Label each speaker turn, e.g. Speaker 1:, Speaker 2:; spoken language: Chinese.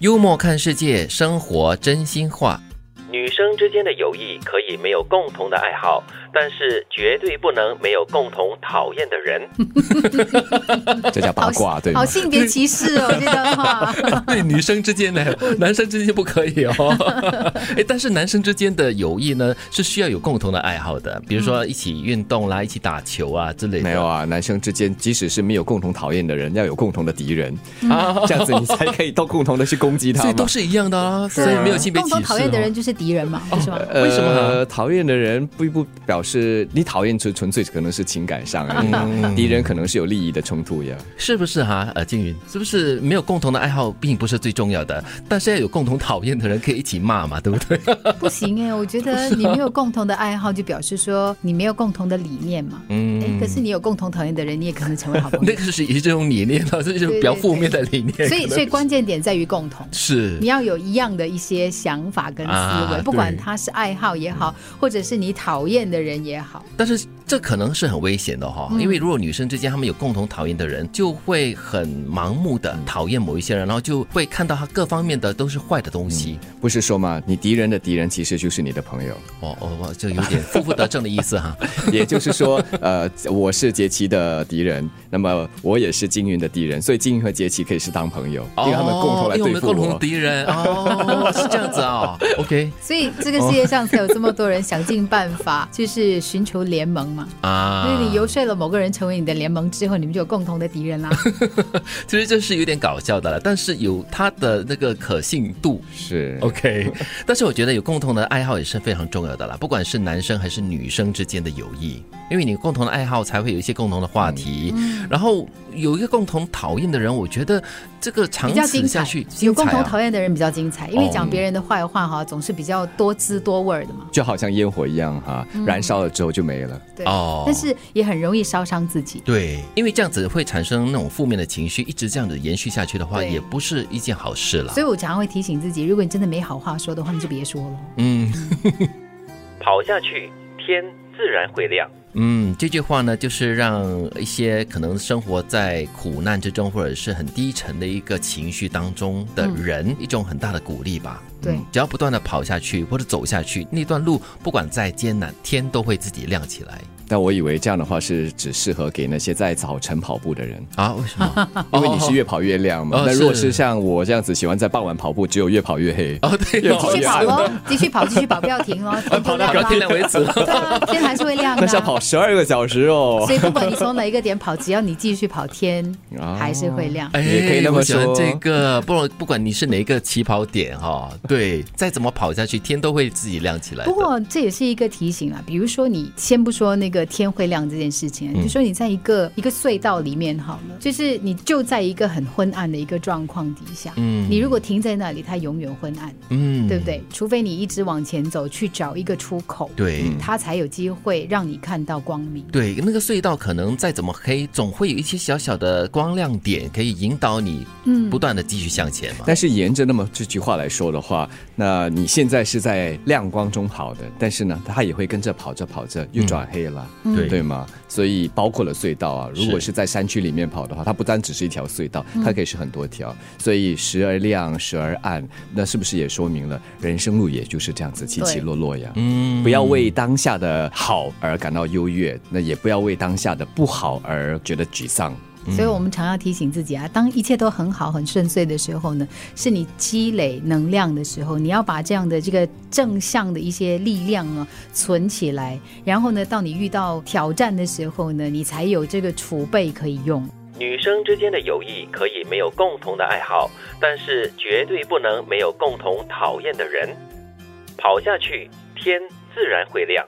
Speaker 1: 幽默看世界，生活真心话。
Speaker 2: 女生之间的友谊可以没有共同的爱好，但是绝对不能没有共同讨厌的人。
Speaker 3: 这叫八卦，对吗
Speaker 4: 好？性别歧视哦，这 段话。
Speaker 1: 对女生之 间的，男生之间不可以哦。 哎，但是男生之间的友谊呢，是需要有共同的爱好的，比如说一起运动啦，一起打球啊之类的。
Speaker 3: 没有啊，男生之间即使是没有共同讨厌的人，要有共同的 敌人，这样子你才可以都共同的去攻击他
Speaker 1: 哦所以
Speaker 3: 嘛。
Speaker 1: 都是一样的啊，所以没有性别
Speaker 4: 共
Speaker 1: 歧视哦。
Speaker 4: 同讨厌的人就是敌人嘛，是吧？
Speaker 3: 呃
Speaker 1: 为什么呢
Speaker 3: 讨厌的人并不表示你讨厌纯纯粹可能是情感上而已，
Speaker 1: 嗯
Speaker 3: 敌人可能是有利益的冲突呀。
Speaker 1: 是不是哈、呃，静云，是不是没有共同的爱好并不是最重要的，但是要有共同讨厌的人可以一起骂嘛，对不对？
Speaker 4: 不行哎，我觉得你没有共同的爱好，就表示说你没有共同的理念嘛。嗯，哎，可是你有共同讨厌的人，你也可能成为好朋
Speaker 1: 那
Speaker 4: 友。
Speaker 1: 个是属于这种理念了，这就是比较负面的理念。
Speaker 4: 所以，
Speaker 1: 可能
Speaker 4: 所以关键点在于共同。
Speaker 1: 是
Speaker 4: 你要有一样的一些想法跟思
Speaker 1: 啊
Speaker 4: 维，不管
Speaker 1: 对嗯
Speaker 4: 他是爱好也好，或者是你讨厌的人也好，
Speaker 1: 但是这可能是很危险的哈、因为如果女生之间她们有共同讨厌的人，就会很盲目的讨厌某一些人，然后就会看到他各方面的都是坏的东西。
Speaker 3: 不是说嘛，你敌人的敌人其实就是你的朋友，
Speaker 1: 哦哦哦，就有点负负得正的意思 哈。
Speaker 3: 也就是说，呃，我是杰奇的敌人，那么我也是金云的敌人，所以金云和杰奇可以是当朋友，因为他们共同
Speaker 1: 哦
Speaker 3: 来
Speaker 1: 因为我
Speaker 3: 对
Speaker 1: 们
Speaker 3: 付
Speaker 1: 共同
Speaker 3: 我
Speaker 1: 的。敌人哦，是这样子啊、OK
Speaker 4: 所以这个世界上才有这么多人想尽办 法，就是寻求联盟嘛。
Speaker 1: 啊，
Speaker 4: 因为你游说了某个人成为你的联盟之后，你们就有共同的敌人啦。
Speaker 1: 其实这是有点搞笑的了，但是有它的那个可信度。
Speaker 3: 是
Speaker 1: OK，但是我觉得有共同的爱好也是非常重要的啦，不管是男生还是女生之间的友谊，因为你有共同的爱好才会有一些共同的话题，
Speaker 4: 嗯
Speaker 1: 然后有一个共同讨厌的人，我觉得这个长
Speaker 4: 比较
Speaker 1: 此
Speaker 4: 精
Speaker 1: 下
Speaker 4: 彩
Speaker 1: 去，，精
Speaker 4: 有共
Speaker 1: 彩
Speaker 4: 同
Speaker 1: 啊
Speaker 4: 讨厌的人比较精彩，因为
Speaker 1: 哦
Speaker 4: 讲别人的坏话哈，总是比较多姿多味儿的嘛。
Speaker 3: 就好像烟火一样哈、燃烧了之后就没了。
Speaker 4: 对，
Speaker 1: 哦
Speaker 4: 但是也很容易烧伤自己。
Speaker 1: 对，因为这样子会产生那种负面的情绪，一直这样子延续下去的话，
Speaker 4: 对
Speaker 1: 也不是一件好事了
Speaker 4: 所。以我常常会提醒自己，如果你真的没好话说的话，你就别说了。
Speaker 1: 嗯。
Speaker 2: 跑下去，天自然会亮。
Speaker 1: 嗯，这句话呢，就是让一些可能生活在苦难之中，或者是很低沉的一个情绪当中的人，一种很大的鼓励吧。
Speaker 4: 对
Speaker 1: 只要不断的跑下去或者走下去，那段路不管再艰难，天都会自己亮起来。
Speaker 3: 但我以为这样的话是只适合给那些在早晨跑步的人，
Speaker 1: 啊，为什么？
Speaker 3: 因为你是越跑越亮嘛
Speaker 1: 哦。
Speaker 3: 那、如果是
Speaker 1: 是
Speaker 3: 像我这样子喜欢在傍晚跑步，只有越跑越黑。
Speaker 1: 哦，对
Speaker 3: 越
Speaker 4: 继
Speaker 3: 跑
Speaker 4: 续
Speaker 3: 越
Speaker 1: 哦，
Speaker 4: 跑喽，继续跑，继续跑，不要停喽，天就亮
Speaker 1: 跑到天亮
Speaker 4: 啦。
Speaker 1: 为止。
Speaker 4: 对啊，天还是会亮的
Speaker 3: 那
Speaker 4: 啊。
Speaker 3: 是要跑十二个小时哦
Speaker 4: 所。以不管你从哪一个点跑，只要你继续跑，天
Speaker 3: 哦
Speaker 4: 还是会亮。
Speaker 1: 哎，
Speaker 3: 也可以那么
Speaker 1: 我喜欢
Speaker 3: 说
Speaker 1: 这个，不管不管你是哪一个起跑点哈、对，再怎么跑下去，天都会自己亮起来的。
Speaker 4: 不过这也是一个提醒啦，啊比如说你先不说那个天会亮这件事情，啊
Speaker 1: 嗯
Speaker 4: 你就说你在一个一个隧道里面好了，就是你就在一个很昏暗的一个状况底下，
Speaker 1: 嗯
Speaker 4: 你如果停在那里，它永远昏暗，
Speaker 1: 嗯，
Speaker 4: 对不？对？除非你一直往前走去找一个出口，
Speaker 1: 对。
Speaker 4: 它才有机会让你看到光明。
Speaker 1: 对，那个隧道可能再怎么黑，总会有一些小小的光亮点，可以引导你，嗯，不断的继续向前嘛。
Speaker 3: 但是沿着那么这句话来说的话，那你现在是在亮光中跑的，但是呢，它也会跟着跑着跑着又转黑了，
Speaker 1: 对
Speaker 3: 对吗？所以包括了隧道啊，如果
Speaker 1: 是嗯
Speaker 3: 是在山区里面跑的话，它不单只是一条隧道，它可以是很多条，所以时而亮，时而暗，那是不是也说明了人生路也就是这样子起起
Speaker 4: 对
Speaker 3: 落落呀？
Speaker 1: 嗯
Speaker 3: 不要为当下的好而感到优越，那也不要为当下的不好而觉得沮丧。
Speaker 4: 所以我们常要提醒自己啊，当一切都很好、很顺遂的时候呢，是你积累能量的时候，你要把这样的这个正向的一些力量啊存起来，然后呢，到你遇到挑战的时候呢，你才有这个储备可以用。
Speaker 2: 女生之间的友谊可以没有共同的爱好，但是绝对不能没有共同讨厌的人。跑下去，天自然会亮。